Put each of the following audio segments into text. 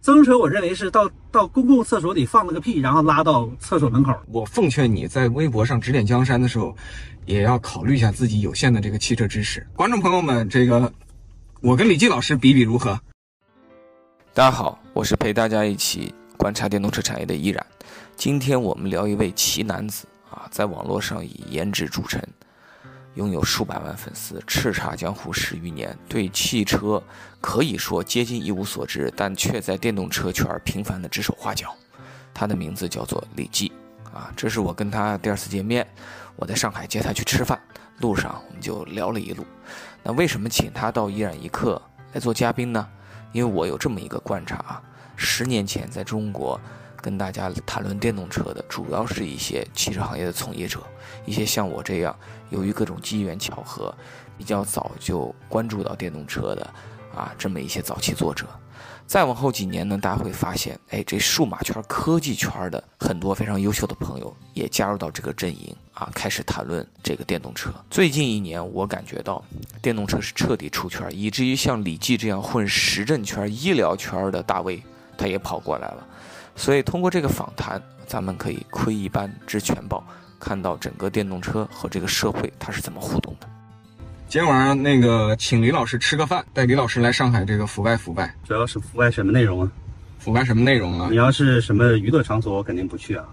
增车我认为是到到公共厕所里放了个屁，然后拉到厕所门口。我奉劝你在微博上指点江山的时候，也要考虑一下自己有限的这个汽车知识。观众朋友们，这个我跟李季老师比比如何？大家好，我是陪大家一起观察电动车产业的依然。今天我们聊一位奇男子啊，在网络上以颜值著称，拥有数百万粉丝，叱咤江湖十余年，对汽车可以说接近一无所知，但却在电动车圈频繁的指手画脚。他的名字叫做李记啊，这是我跟他第二次见面，我在上海接他去吃饭，路上我们就聊了一路。那为什么请他到依然一刻来做嘉宾呢？因为我有这么一个观察啊，十年前在中国跟大家谈论电动车的，主要是一些汽车行业的从业者，一些像我这样由于各种机缘巧合，比较早就关注到电动车的啊这么一些早期作者。再往后几年呢，大家会发现，哎，这数码圈、科技圈的很多非常优秀的朋友也加入到这个阵营啊，开始谈论这个电动车。最近一年，我感觉到电动车是彻底出圈，以至于像李记这样混时政圈、医疗圈的大 V，他也跑过来了。所以通过这个访谈，咱们可以窥一斑知全豹，看到整个电动车和这个社会它是怎么互动的。今天晚上那个请李老师吃个饭，带李老师来上海这个腐败腐败主要是覆盖什么内容啊？腐败什么内容啊你？要是什么娱乐场所，我肯定不去啊。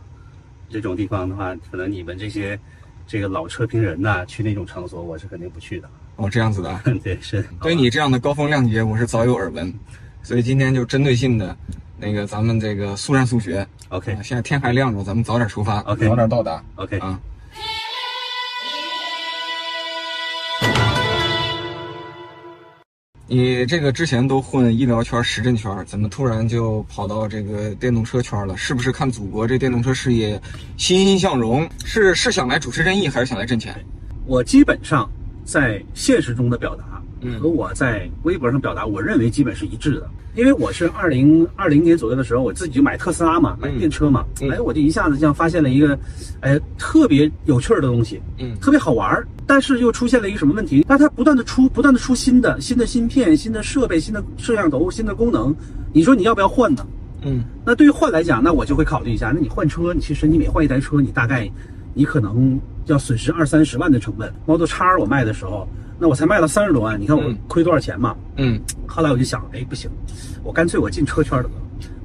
这种地方的话，可能你们这些这个老车评人呐、去那种场所，我是肯定不去的。 哦，这样子的啊。对，是。对你这样的高风亮节，我是早有耳闻，所以今天就针对性的，那个咱们这个速战速决。 OK 啊现在天还亮着，咱们早点出发 OK 早点到达。 OK，、啊，你这个之前都混医疗圈、时政圈，怎么突然就跑到这个电动车圈了？是不是看祖国这电动车事业欣欣向荣？是是想来主持正义，还是想来挣钱？我基本上在现实中的表达，嗯和我在微博上表达，我认为基本是一致的。因为我是二零二零年左右的时候，我自己就买特斯拉嘛，买电车嘛，嗯哎，我就一下子这样发现了一个，哎，特别有趣儿的东西，嗯特别好玩儿。但是又出现了一个什么问题？那它不断的出，不断的出新的新的芯片、新的设备、新的摄像头、新的功能，你说你要不要换呢？嗯那对于换来讲，那我就会考虑一下，那你换车，你其实你每换一台车，你大概你可能要损失二三十万的成本。Model X 我卖的时候，那我才卖了三十多万，你看我嗯亏多少钱嘛？嗯后来我就想，哎，不行，我干脆我进车圈儿得了。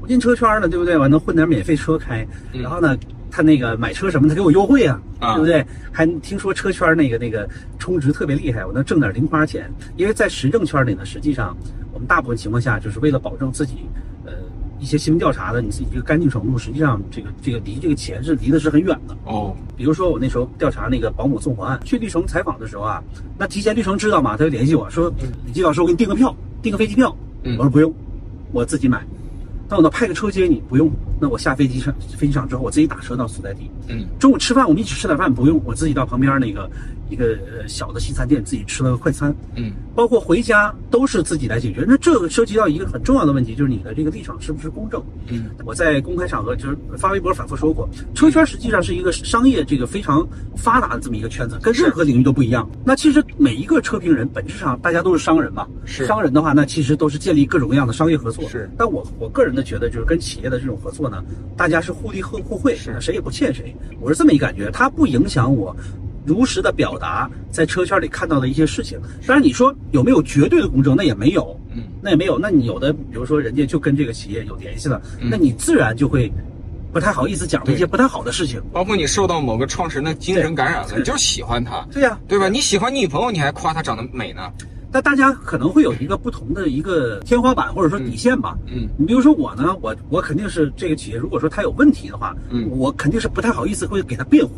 我进车圈儿了，对不对？完能混点免费车开，然后呢，他那个买车什么，他给我优惠啊，啊对不对？还听说车圈儿那个那个充值特别厉害，我能挣点零花钱。因为在时政圈里呢，实际上我们大部分情况下就是为了保证自己，呃，一些新闻调查的你自己这个干净程度，实际上这个这个离这个钱是离的是很远的。哦比如说我那时候调查那个保姆纵火案，去绿城采访的时候啊，那提前绿城知道嘛，他就联系我说，李季老师，我给你订个票，订个飞机票。嗯我说不用，我自己买。那我呢派个车接你，不用。那我下飞机场，飞机场之后我自己打车到所在地。嗯中午吃饭我们一起吃点饭，不用，我自己到旁边那个一个呃小的西餐店自己吃了个快餐。嗯包括回家都是自己来解决。那这个涉及到一个很重要的问题，就是你的这个立场是不是公正？嗯，我在公开场合就是发微博反复说过，车圈实际上是一个商业这个非常发达的这么一个圈子，跟任何领域都不一样。那其实每一个车评人本质上大家都是商人嘛，是商人的话，那其实都是建立各种各样的商业合作。是但我我个人的觉得，就是跟企业的这种合作呢，大家是互利互互惠，是谁也不欠谁。我是这么一感觉，它不影响我如实的表达在车圈里看到的一些事情。当然，你说有没有绝对的公正，那也没有，嗯那也没有。那你有的，比如说人家就跟这个企业有联系了，嗯那你自然就会不太好意思讲那些不太好的事情。包括你受到某个创始人的精神感染了，你就喜欢他，对呀、对吧？你喜欢你女朋友，你还夸她长得美呢。但大家可能会有一个不同的一个天花板或者说底线吧。嗯你比如说我呢，我我肯定是这个企业，如果说它有问题的话，嗯我肯定是不太好意思会给它辩护，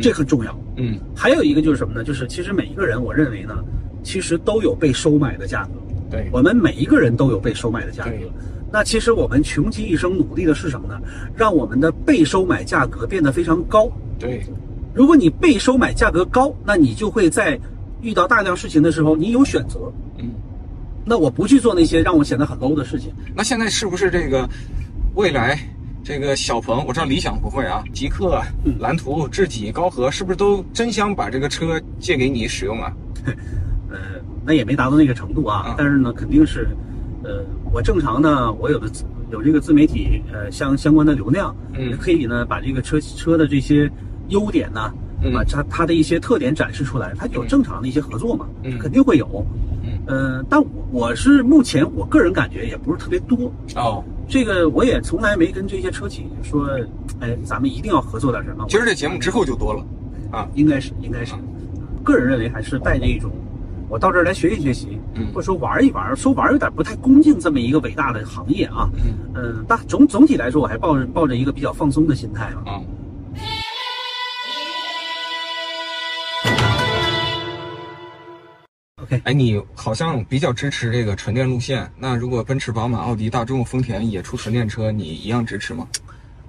这很重要。嗯还有一个就是什么呢？就是其实每一个人，我认为呢，其实都有被收买的价格。嗯对我们每一个人都有被收买的价格对。那其实我们穷其一生努力的是什么呢？让我们的被收买价格变得非常高。对如果你被收买价格高，那你就会在遇到大量事情的时候，你有选择。嗯。那我不去做那些让我显得很 low 的事情。那现在是不是这个未来这个小鹏？我知道理想不会啊，极客、蓝图、智己、高和，是不是都争相把这个车借给你使用啊？呃，那也没达到那个程度啊。嗯但是呢，肯定是呃，我正常呢，我有的自有这个自媒体呃相相关的流量，嗯也可以呢把这个车车的这些优点呢，嗯把它它的一些特点展示出来，它有正常的一些合作嘛，嗯肯定会有，嗯呃，但我我是目前我个人感觉也不是特别多，哦，这个我也从来没跟这些车企说，哎，咱们一定要合作点什么，今儿这节目之后就多了。啊应该是应该是，个人认为还是带着一种。我到这儿来学习学习，嗯或者说玩一玩，说玩有点不太恭敬这么一个伟大的行业啊，嗯嗯，但总总体来说，我还抱着抱着一个比较放松的心态吧。啊， OK，哎，你好像比较支持这个纯电路线。那如果奔驰、宝马、奥迪、大众、丰田也出纯电车，你一样支持吗？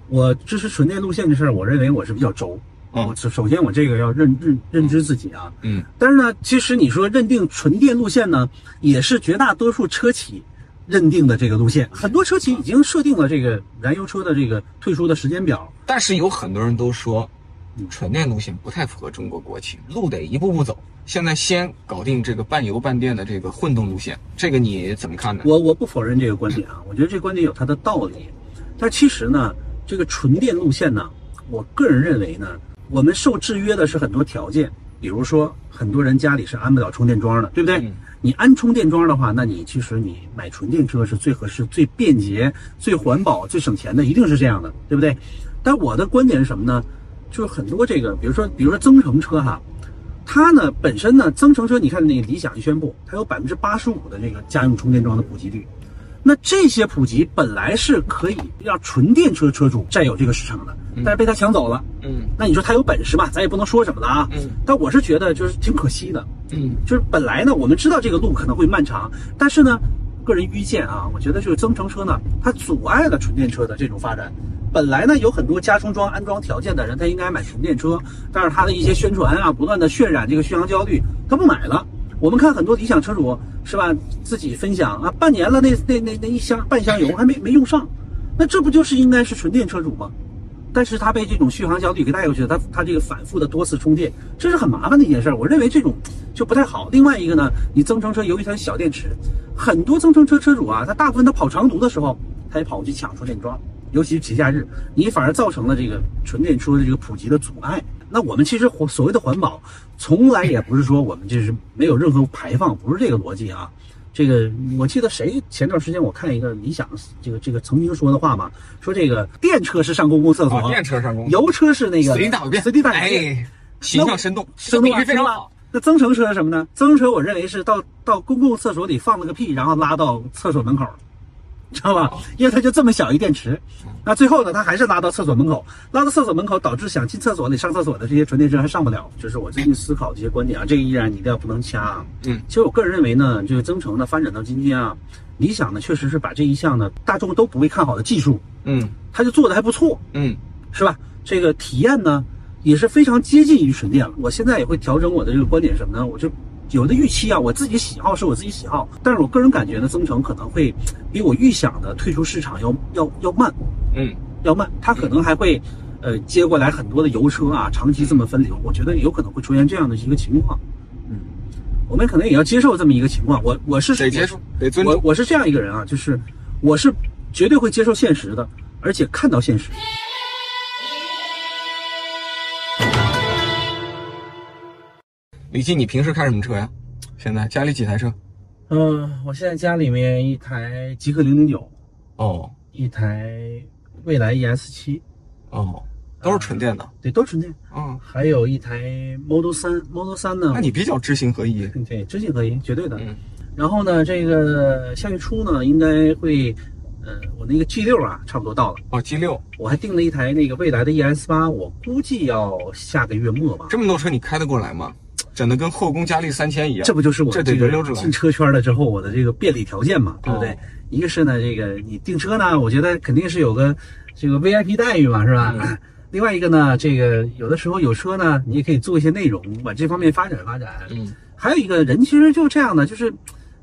我支持纯电路线这事儿，我认为我是比较轴。嗯我首首先我这个要认认认知自己啊。嗯但是呢，其实你说认定纯电路线呢，也是绝大多数车企认定的这个路线。很多车企已经设定了这个燃油车的这个退出的时间表。但是有很多人都说，纯电路线不太符合中国国情，路得一步步走。现在先搞定这个半油半电的这个混动路线，这个你怎么看嗯呢？我我不否认这个观点啊，我觉得这观点有它的道理。但其实呢，这个纯电路线呢，我个人认为呢，我们受制约的是很多条件，比如说很多人家里是安不了充电桩的，对不对？嗯你安充电桩的话，那你其实你买纯电车是最合适、最便捷、最环保、最省钱的，一定是这样的，对不对？但我的观点是什么呢？就是很多这个，比如说，比如说增程车哈，它呢本身呢，增程车你看那个理想一宣布，它有百分之八十五的这个家用充电桩的普及率。那这些普及本来是可以让纯电车车主占有这个市场的，但是被他抢走了。嗯那你说他有本事嘛？咱也不能说什么了啊。嗯但我是觉得就是挺可惜的，嗯就是本来呢，我们知道这个路可能会漫长，但是呢，个人预见啊，我觉得就是增程车呢，它阻碍了纯电车的这种发展。本来呢，有很多家充桩安装条件的人，他应该买纯电车，但是他的一些宣传啊，不断的渲染这个续航焦虑，他不买了。我们看很多理想车主是吧，自己分享啊，半年了那那那那一箱半箱油还没没用上，那这不就是应该是纯电车主吗？但是他被这种续航焦虑给带过去了，他他这个反复的多次充电，这是很麻烦的一件事儿。我认为这种就不太好。另外一个呢，你增程车由于它是小电池，很多增程车车主啊，他大部分他跑长途的时候，他也跑去抢充电桩，尤其是节假日，你反而造成了这个纯电车的这个普及的阻碍。那我们其实环所谓的环保，从来也不是说我们这是没有任何排放，不是这个逻辑啊。这个我记得谁前段时间我看一个理想这个这个曾经说的话嘛，说这个电车是上公共厕所，啊，电车上公哦油车是那个随地大小便，啊随地大小便，哎，形象生动，生比动例非常啊吧好。。那增程车是什么呢？增程车我认为是到到公共厕所里放了个屁，然后拉到厕所门口，知道哦吧？因为它就这么小一电池，那最后呢，它还是拉到厕所门口，拉到厕所门口，导致想进厕所里上厕所的这些纯电车还上不了。这是我最近思考的一些观点啊，这个依然你一定要不能掐啊。嗯其实我个人认为呢，就是增程呢发展到今天啊，理想呢确实是把这一项呢大众都不会看好的技术，嗯它就做的还不错，嗯是吧？这个体验呢也是非常接近于纯电了。我现在也会调整我的这个观点是什么呢？我就有的预期啊，我自己喜好是我自己喜好，但是我个人感觉呢，增程可能会比我预想的退出市场要要要慢，嗯要慢，它可能还会。呃，接过来很多的油车啊，长期这么分流，我觉得有可能会出现这样的一个情况。嗯，我们可能也要接受这么一个情况。我我是得接受，得尊我重。我是这样一个人啊，就是我是绝对会接受现实的，而且看到现实。李记，你平时开什么车呀？现在家里几台车？嗯，我现在家里面一台极氪零零九，哦一台蔚来 ES 七，哦，都是纯电的。对，都纯电，嗯，还有一台 Model 三，Model 三呢那，你比较知行合一。对，知行合一，绝对的。哎嗯然后呢，这个下月初呢，应该会，呃，我那个 G 六啊，差不多到了，哦，G 六我还订了一台那个蔚来的 ES 八，我估计要下个月末吧。这么多车，你开得过来吗？整的跟后宫佳丽三千一样。这不就是我这得个轮流着来进车圈了之后我的这个便利条件嘛，对不对？哦一个是呢，这个你订车呢，我觉得肯定是有个这个 VIP 待遇嘛，是吧？嗯另外一个呢，这个有的时候有车呢，你也可以做一些内容，往这方面发展发展。嗯还有一个人其实就这样的，就是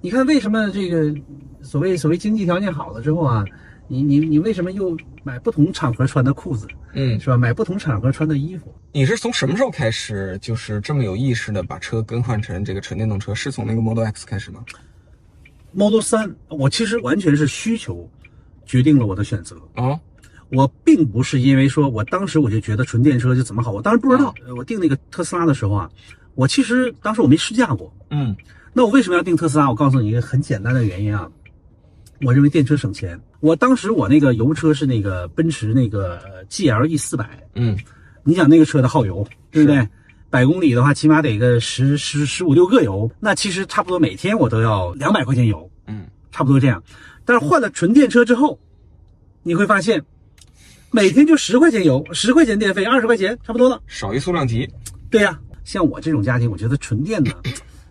你看为什么这个所谓所谓经济条件好了之后啊，你你你为什么又买不同场合穿的裤子嗯，是吧？买不同场合穿的衣服？你是从什么时候开始就是这么有意识的把车更换成这个纯电动车？是从那个 Model X 开始吗？ Model 3，我其实完全是需求决定了我的选择。啊我并不是因为说我当时我就觉得纯电车就怎么好，我当时不知道。呃我订那个特斯拉的时候啊，我其实当时我没试驾过。嗯那我为什么要订特斯拉？我告诉你一个很简单的原因啊，我认为电车省钱。我当时我那个油车是那个奔驰那个 GLE 四百，嗯你想那个车的耗油，对不是对？百公里的话，起码得个十十十五六个油，那其实差不多每天我都要两百块钱油，嗯，差不多这样。但是换了纯电车之后，你会发现，每天就十块钱油，十块钱电费，二十块钱差不多了。少一数量级，对呀、像我这种家庭，我觉得纯电呢，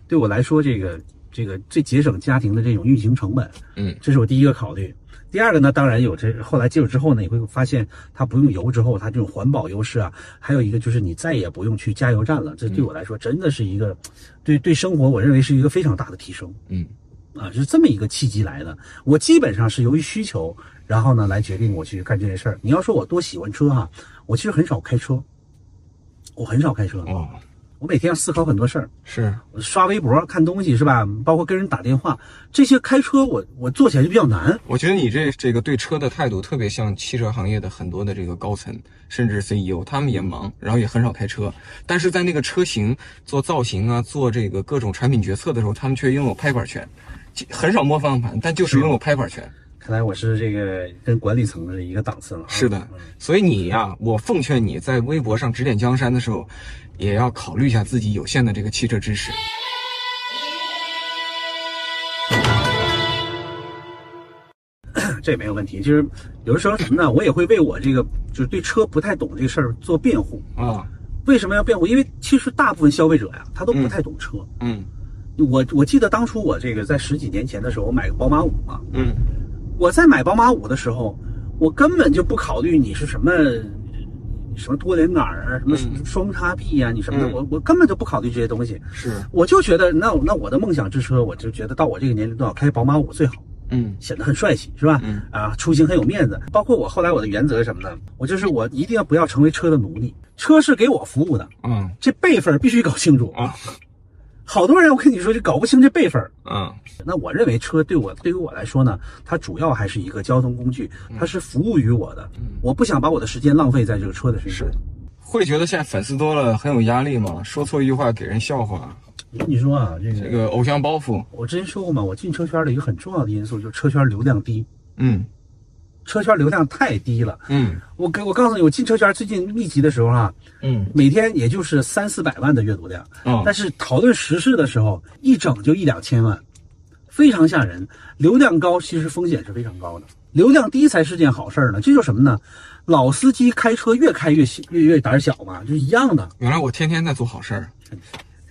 对我来说，这个这个最节省家庭的这种运行成本，嗯，这是我第一个考虑。第二个呢，当然有这后来接触之后呢，你会发现它不用油之后，它这种环保优势啊，还有一个就是你再也不用去加油站了，这嗯对我来说真的是一个，对对生活我认为是一个非常大的提升嗯啊，是这么一个契机来的。我基本上是由于需求，然后呢来决定我去干这件事儿。你要说我多喜欢车哈、我其实很少开车，我很少开车，哦我每天要思考很多事儿，是我刷微博、看东西是吧？包括跟人打电话，这些开车我我做起来就比较难。我觉得你这这个对车的态度特别像汽车行业的很多的这个高层，甚至 CEO，他们也忙，然后也很少开车，但是在那个车型做造型啊，做这个各种产品决策的时候，他们却拥有拍板权，其很少摸方向盘，但就是拥有拍板权。看来我是这个跟管理层的一个档次了、啊。是的，所以你呀、我奉劝你在微博上指点江山的时候，也要考虑一下自己有限的这个汽车知识。嗯这没有问题。就是有的时候什么呢，我也会为我这个就是对车不太懂这个事儿做辩护。啊，为什么要辩护？因为其实大部分消费者呀、他都不太懂车。嗯我我记得当初我这个在十几年前的时候，我买个宝马五嘛，嗯我在买宝马五的时候，我根本就不考虑你是什么什么多连杆儿啊，什么嗯双叉臂啊，你什么的，嗯我我根本就不考虑这些东西。是，我就觉得，那我那我的梦想之车，我就觉得到我这个年龄段，我开宝马五最好，嗯显得很帅气，是吧？嗯啊，出行很有面子。包括我后来我的原则是什么呢？我就是我一定要不要成为车的奴隶，车是给我服务的，嗯这辈分儿必须搞清楚啊。好多人我跟你说就搞不清这辈分儿，嗯那我认为车对我对于我来说呢，它主要还是一个交通工具，它是服务于我的。我不想把我的时间浪费在这个车的身上。会觉得现在粉丝多了很有压力吗？说错一句话给人笑话，我跟你说啊，这个这个偶像包袱，我之前说过嘛，我进车圈的一个很重要的因素就是车圈流量低，嗯车圈流量太低了。嗯我跟我告诉你，我进车圈最近密集的时候啊，嗯每天也就是三四百万的阅读量，啊但是讨论时事的时候，一整就一两千万，非常吓人。流量高其实风险是非常高的，流量低才是件好事儿呢。这就是什么呢？老司机开车越开越小越越胆儿小嘛，就是一样的。原来我天天在做好事儿，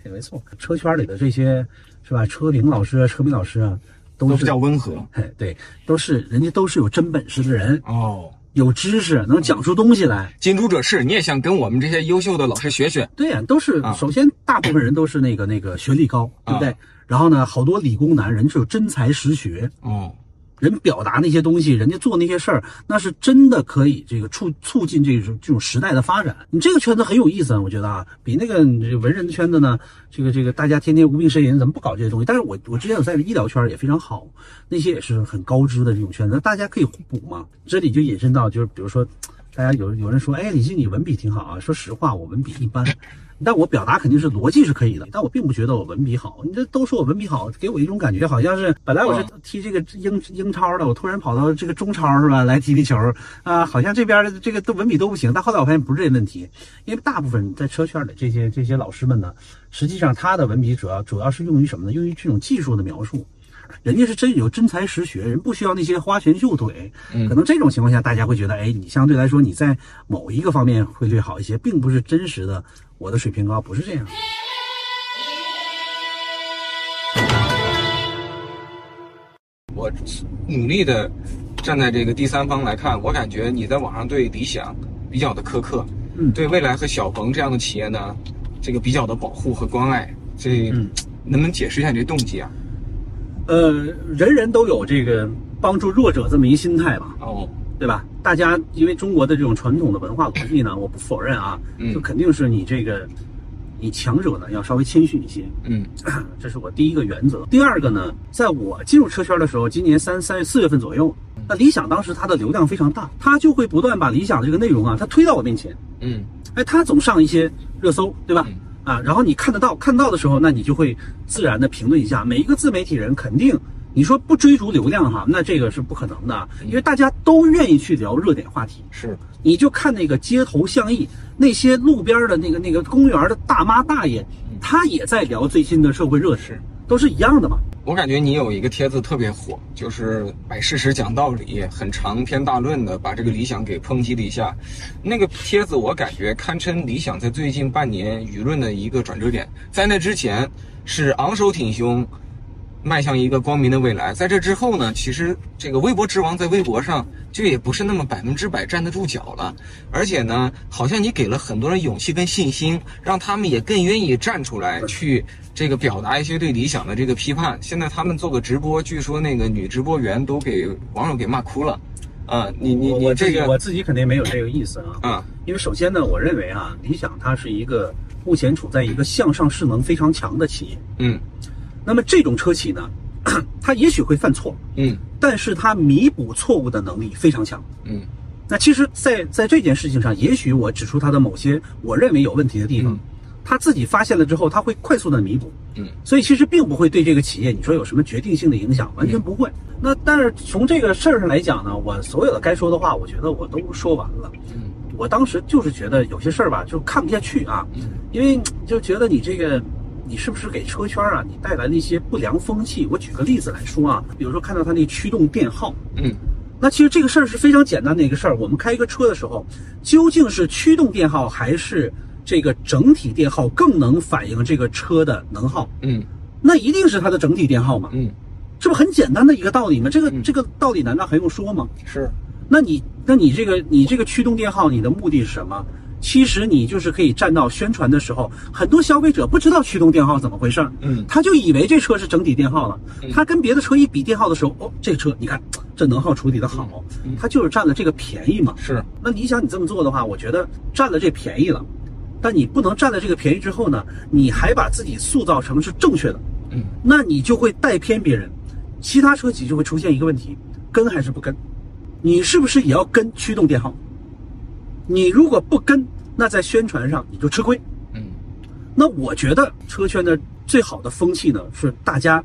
也没错，车圈里的这些是吧？车评老师啊，车迷老师啊，都都是比较温和哎对，都是人家都是有真本事的人，哦。有知识，能讲出东西来。近朱者赤，你也想跟我们这些优秀的老师学学？对呀、都是啊首先大部分人都是那个那个学历高，对不对？啊然后呢，好多理工男人是有真才实学，哦，人表达那些东西，人家做那些事儿，那是真的可以这个促促进这种这种时代的发展。你这个圈子很有意思，啊，我觉得啊，比那个这个文人的圈子呢，这个这个大家天天无病呻吟，怎么不搞这些东西？但是我我之前有在医疗圈儿也非常好，那些也是很高知的这种圈子，大家可以互补嘛。这里就引申到就是比如说，大家有有人说，哎，李欣你文笔挺好啊，说实话我文笔一般。但我表达肯定是逻辑是可以的，但我并不觉得我文笔好。你这都说我文笔好，给我一种感觉好像是本来我是嗯踢这个英英超的，我突然跑到这个中超是吧来踢踢球啊，好像这边的这个都文笔都不行。但后来我发现不是这问题，因为大部分在车圈里这些这些老师们呢，实际上他的文笔主要主要是用于什么呢？用于这种技术的描述。人家是真有真才实学，人不需要那些花拳绣腿。嗯可能这种情况下，大家会觉得，哎，你相对来说你在某一个方面会略好一些，并不是真实的我的水平高，不是这样。我努力的站在这个第三方来看，我感觉你在网上对理想比较的苛刻，嗯对未来和小鹏这样的企业呢，这个比较的保护和关爱，这、嗯能不能解释一下你这动机啊？呃，人人都有这个帮助弱者这么一心态吧，哦，对吧？大家因为中国的这种传统的文化逻辑呢，我不否认啊嗯，就肯定是你这个你强者呢要稍微谦虚一些，嗯 这是我第一个原则。第二个呢，在我进入车圈的时候，今年三三四月份左右，那理想当时它的流量非常大，它就会不断把理想的这个内容啊，它推到我面前。嗯哎，它总上一些热搜，对吧嗯？啊，然后你看得到，看到的时候，那你就会自然的评论一下。每一个自媒体人肯定，你说不追逐流量哈，那这个是不可能的，啊因为大家都愿意去聊热点话题。是你就看那个街头巷议，那些路边的那个那个公园的大妈大爷，他也在聊最新的社会热点，是。都是一样的嘛。我感觉你有一个帖子特别火，就是摆事实讲道理，很长篇大论的把这个理想给抨击了一下。那个帖子我感觉堪称理想在最近半年舆论的一个转折点。在那之前是昂首挺胸，迈向一个光明的未来。在这之后呢，其实这个微博之王在微博上就也不是那么百分之百站得住脚了，而且呢，好像你给了很多人勇气跟信心，让他们也更愿意站出来去这个表达一些对理想的这个批判。现在他们做个直播，据说那个女直播员都给网友给骂哭了，啊，你你我你我自这己个我自己肯定没有这个意思啊，啊，因为首先呢，我认为啊，理想它是一个目前处在一个向上势能非常强的企业，嗯那么这种车企呢， 它也许会犯错，嗯但是它弥补错误的能力非常强。嗯那其实在，在这件事情上，也许我指出它的某些我认为有问题的地方嗯，他、自己发现了之后，他会快速的弥补。嗯，所以其实并不会对这个企业你说有什么决定性的影响，完全不会。那但是从这个事儿上来讲呢，我所有的该说的话，我觉得我都说完了。嗯我当时就是觉得有些事儿吧，就看不下去啊，因为就觉得你这个，你是不是给车圈啊，你带来了一些不良风气？我举个例子来说啊，比如说看到它那驱动电耗，嗯那其实这个事儿是非常简单的一个事儿。我们开一个车的时候，究竟是驱动电耗还是这个整体电耗更能反映这个车的能耗？嗯那一定是它的整体电耗嘛，嗯，这不很简单的一个道理吗？这个嗯这个道理难道还用说吗？是那你那你这个你这个驱动电耗，你的目的是什么？其实你就是可以站到宣传的时候，很多消费者不知道驱动电耗怎么回事儿，嗯他就以为这车是整体电耗了。他跟别的车一比电耗的时候，哦，这车你看这能耗处理的好，嗯他就是占了这个便宜嘛。是那你想你这么做的话，我觉得占了这便宜了，但你不能占了这个便宜之后呢，你还把自己塑造成是正确的，嗯那你就会带偏别人，其他车企就会出现一个问题：跟还是不跟？你是不是也要跟驱动电耗？你如果不跟，那在宣传上你就吃亏。嗯那我觉得车圈的最好的风气呢，是大家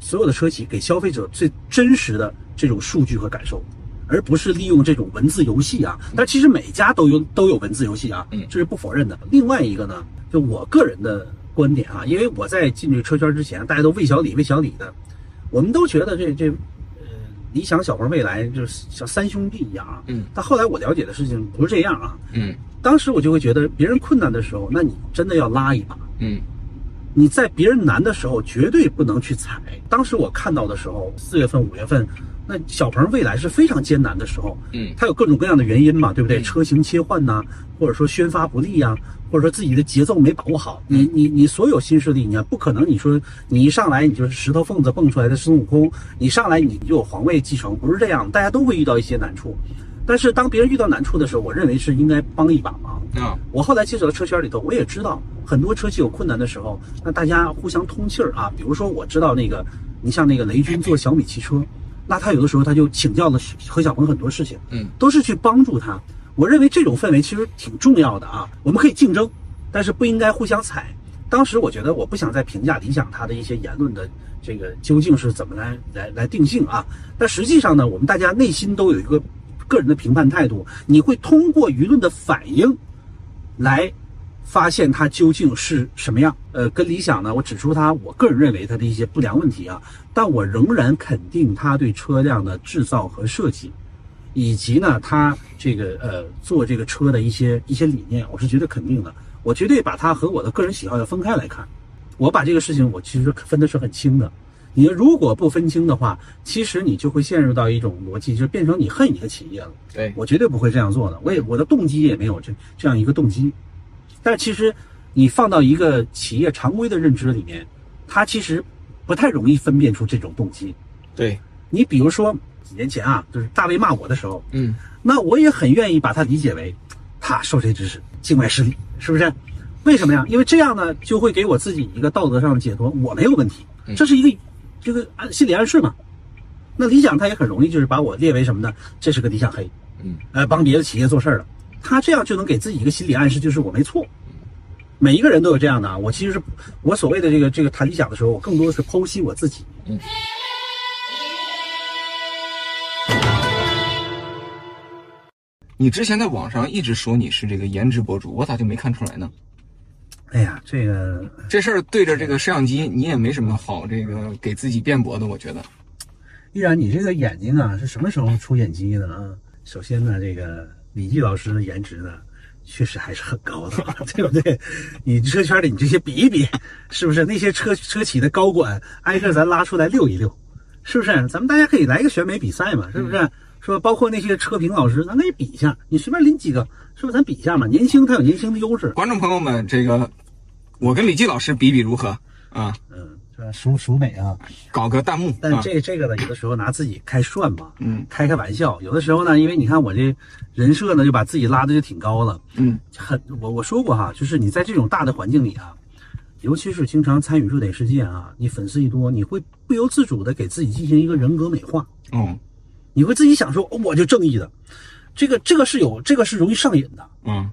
所有的车企给消费者最真实的这种数据和感受，而不是利用这种文字游戏啊。但其实每家都有都有文字游戏啊嗯，这是不否认的。另外一个呢，就我个人的观点啊，因为我在进这个车圈之前，大家都魏小李魏小李的，我们都觉得这这。呃理想、小鹏、蔚来就是像三兄弟一样啊，嗯，但后来我了解的事情不是这样啊。嗯当时我就会觉得，别人困难的时候，那你真的要拉一把，嗯你在别人难的时候绝对不能去踩。当时我看到的时候，四月份、五月份，那小鹏未来是非常艰难的时候，嗯它有各种各样的原因嘛，对不对？车型切换呐、或者说宣发不力呀、或者说自己的节奏没把握好，你你你所有新势力，你看啊不可能，你说你一上来你就是石头缝子蹦出来的孙悟空，你上来你就有皇位继承，不是这样，大家都会遇到一些难处。但是当别人遇到难处的时候，我认为是应该帮一把忙。啊我后来接触到车圈里头，我也知道很多车企有困难的时候，那大家互相通气儿啊。比如说，我知道那个，你像那个雷军做小米汽车，那他有的时候他就请教了何小鹏很多事情，嗯都是去帮助他。我认为这种氛围其实挺重要的啊。我们可以竞争，但是不应该互相踩。当时我觉得我不想再评价理想他的一些言论的这个究竟是怎么来来来定性啊。但实际上呢，我们大家内心都有一个个人的评判态度，你会通过舆论的反应来发现它究竟是什么样。呃，跟理想呢，我指出它我个人认为它的一些不良问题啊，但我仍然肯定它对车辆的制造和设计，以及呢它这个呃做这个车的一些一些理念，我是绝对肯定的。我绝对把它和我的个人喜好要分开来看。我把这个事情我其实分的是很清的。你如果不分清的话，其实你就会陷入到一种逻辑，就变成你恨一个企业了。对我绝对不会这样做的，我也我的动机也没有这这样一个动机。但其实你放到一个企业常规的认知里面，它其实不太容易分辨出这种动机。对你比如说几年前啊，就是大卫骂我的时候，嗯那我也很愿意把它理解为他受谁指使，境外势力，是不是？为什么呀？因为这样呢，就会给我自己一个道德上的解脱，我没有问题，这是一个这个暗心理暗示嘛。那理想它也很容易就是把我列为什么呢？这是个理想黑，嗯，呃，帮别的企业做事儿了。他这样就能给自己一个心理暗示，就是我没错。每一个人都有这样的啊。我其实是我所谓的这个这个谈理想的时候，我更多的是剖析我自己。你之前在网上一直说你是这个颜值博主，我咋就没看出来呢？哎呀，这个这事儿对着这个摄像机，你也没什么好这个给自己辩驳的，我觉得。依然，你这个眼睛啊是什么时候出眼疾的啊？首先呢，这个李毅老师的颜值呢，确实还是很高的 啊，对不对？你车圈里你这些比一比，是不是那些车车企的高管挨个咱拉出来溜一溜，是不是？咱们大家可以来一个选美比赛嘛，是不是？说包括那些车评老师，咱可以比一下，你随便拎几个，是不是？咱比一下嘛，年轻他有年轻的优势，观众朋友们，这个我跟李季老师比比如何啊？嗯，是吧？孰孰美啊？搞个弹幕但啊！这这个呢，有的时候拿自己开涮吧，嗯，开开玩笑。有的时候呢，因为你看我这人设呢，就把自己拉的就挺高了，嗯，很我我说过哈，就是你在这种大的环境里啊，尤其是经常参与热点事件啊，你粉丝一多，你会不由自主的给自己进行一个人格美化，哦，你会自己想说，哦我就正义的，这个这个是有这个是容易上瘾的。嗯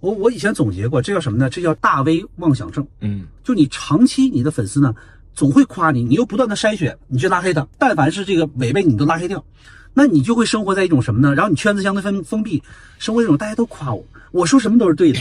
我我以前总结过，这叫什么呢？这叫大 V 妄想症。嗯就你长期你的粉丝呢，总会夸你，你又不断的筛选，你去拉黑他，但凡是这个违背你都拉黑掉，那你就会生活在一种什么呢？然后你圈子相对封封闭，生活在一种大家都夸我，我说什么都是对的，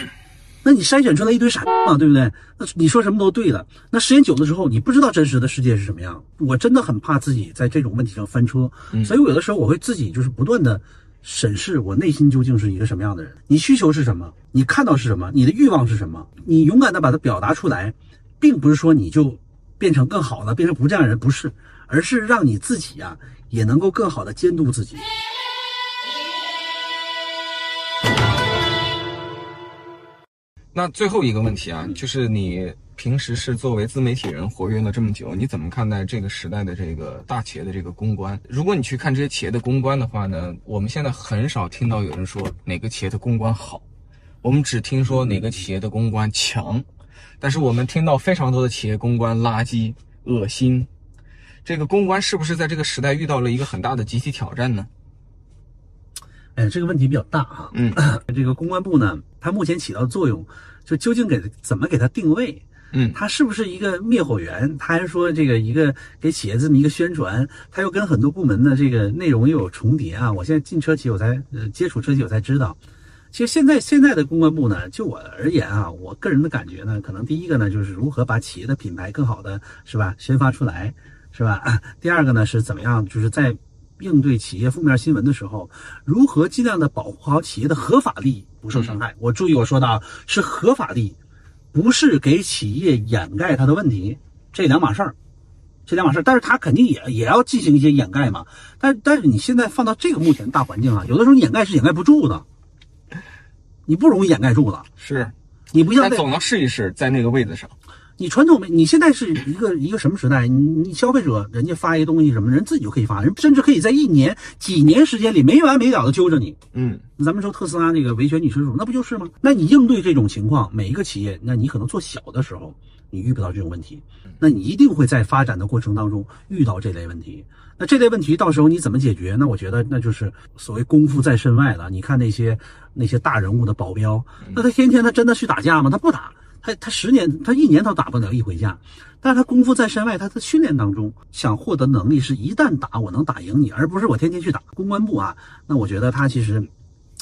那你筛选出来一堆傻嘛，对不对？那你说什么都对的，那时间久了之后，你不知道真实的世界是什么样。我真的很怕自己在这种问题上翻车，所以我有的时候我会自己就是不断的。审视我内心究竟是一个什么样的人，你需求是什么，你看到是什么，你的欲望是什么，你勇敢的把它表达出来，并不是说你就变成更好的，变成不这样的人，不是，而是让你自己啊也能够更好的监督自己。那最后一个问题啊，就是你平时是作为自媒体人活跃了这么久，你怎么看待这个时代的这个大企业的这个公关？如果你去看这些企业的公关的话呢，我们现在很少听到有人说哪个企业的公关好，我们只听说哪个企业的公关强，但是我们听到非常多的企业公关垃圾、恶心。这个公关是不是在这个时代遇到了一个很大的集体挑战呢？哎，这个问题比较大哈、嗯 这个公关部呢，它目前起到的作用，就究竟给怎么给它定位？嗯它是不是一个灭火员？它还是说这个一个给企业这么一个宣传？它又跟很多部门的这个内容又有重叠啊！我现在进车企，我才呃接触车企，我才知道，其实现在现在的公关部呢，就我而言啊，我个人的感觉呢，可能第一个呢就是如何把企业的品牌更好的是吧宣发出来，是吧？啊第二个呢是怎么样，就是在应对企业负面新闻的时候，如何尽量的保护好企业的合法利益不受伤害。我注意我说的啊，是合法利益，不是给企业掩盖它的问题，这两码事儿。这两码事儿，但是它肯定也也要进行一些掩盖嘛。但但是你现在放到这个目前大环境啊，有的时候掩盖是掩盖不住的，你不容易掩盖住的。是，你不像但那总要试一试，在那个位子上。你传统媒，你现在是一个一个什么时代？你你消费者人家发一个东西什么，人自己就可以发，人甚至可以在一年几年时间里没完没了的揪着你。嗯咱们说特斯拉那个维权女车主，那不就是吗？那你应对这种情况，每一个企业，那你可能做小的时候，你遇不到这种问题，那你一定会在发展的过程当中遇到这类问题。那这类问题到时候你怎么解决？那我觉得那就是所谓功夫在身外了。你看那些那些大人物的保镖，那他天天他真的去打架吗？他不打，他他十年他一年他打不了一回架，但是他功夫在身外，他的训练当中想获得能力是一旦打我能打赢你，而不是我天天去打。公关部啊，那我觉得他其实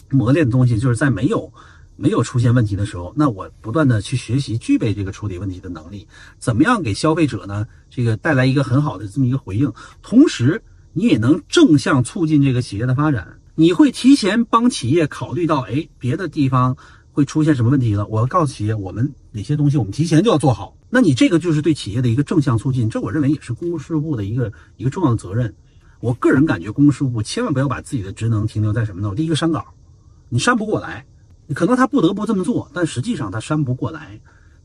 磨练的东西就是在没有没有出现问题的时候，那我不断的去学习，具备这个处理问题的能力，怎么样给消费者呢这个带来一个很好的这么一个回应，同时你也能正向促进这个企业的发展。你会提前帮企业考虑到，哎，别的地方会出现什么问题了，我告诉企业我们哪些东西我们提前就要做好。那你这个就是对企业的一个正向促进，这我认为也是公事部的一个一个重要的责任。我个人感觉，公事部千万不要把自己的职能停留在什么呢？我第一个删稿，你删不过来，你可能他不得不这么做，但实际上他删不过来。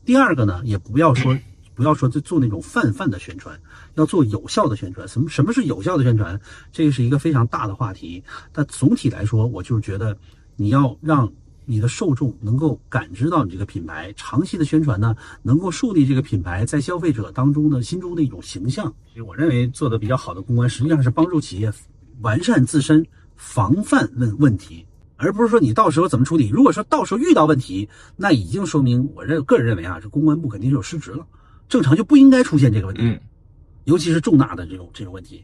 第二个呢，也不要说不要说就做那种泛泛的宣传，要做有效的宣传。什么什么是有效的宣传？这个是一个非常大的话题。但总体来说，我就是觉得你要让你的受众能够感知到你这个品牌，长期的宣传呢，能够树立这个品牌在消费者当中的心中的一种形象。其实我认为做的比较好的公关，实际上是帮助企业完善自身，防范问问题，而不是说你到时候怎么处理。如果说到时候遇到问题，那已经说明我认个人认为啊，这公关部肯定是有失职了，正常就不应该出现这个问题。嗯，尤其是重大的这种这种问题，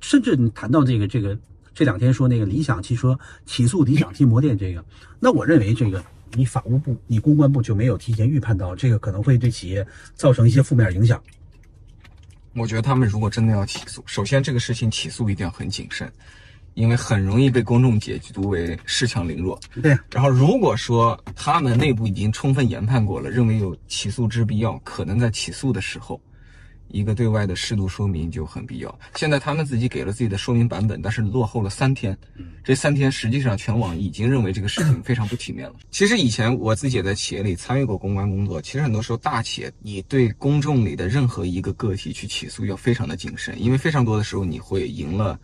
甚至你谈到这个这个这两天说那个理想汽车起诉理想汽摩店这个，那我认为这个你法务部、你公关部就没有提前预判到这个可能会对企业造成一些负面影响。我觉得他们如果真的要起诉，首先这个事情起诉一定要很谨慎，因为很容易被公众解读为恃强凌弱。对，然后如果说他们内部已经充分研判过了，认为有起诉之必要，可能在起诉的时候，一个对外的适度说明就很必要。现在他们自己给了自己的说明版本，但是落后了三天。嗯这三天实际上全网已经认为这个事情非常不体面了。其实以前我自己也在企业里参与过公关工作，其实很多时候大企业你对公众里的任何一个个体去起诉要非常的谨慎，因为非常多的时候你会赢了，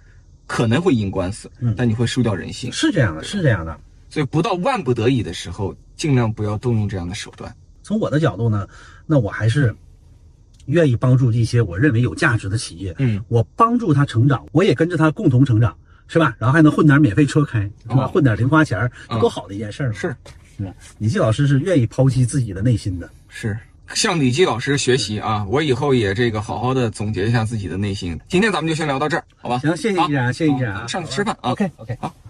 可能会赢官司嗯，但你会输掉人性。是这样的，是这样的。所以不到万不得已的时候，尽量不要动用这样的手段。从我的角度呢，那我还是愿意帮助一些我认为有价值的企业，嗯，我帮助他成长，我也跟着他共同成长，是吧？然后还能混点免费车开，是吧？哦混点零花钱儿，嗯多好的一件事儿嘛！是是吧？李季老师是愿意剖析自己的内心的，是，向李基老师学习嗯啊！我以后也这个好好的总结一下自己的内心。今天咱们就先聊到这儿，好吧？行，谢谢依然，谢谢依然啊，上去吃饭啊，OK OK。好，拜拜。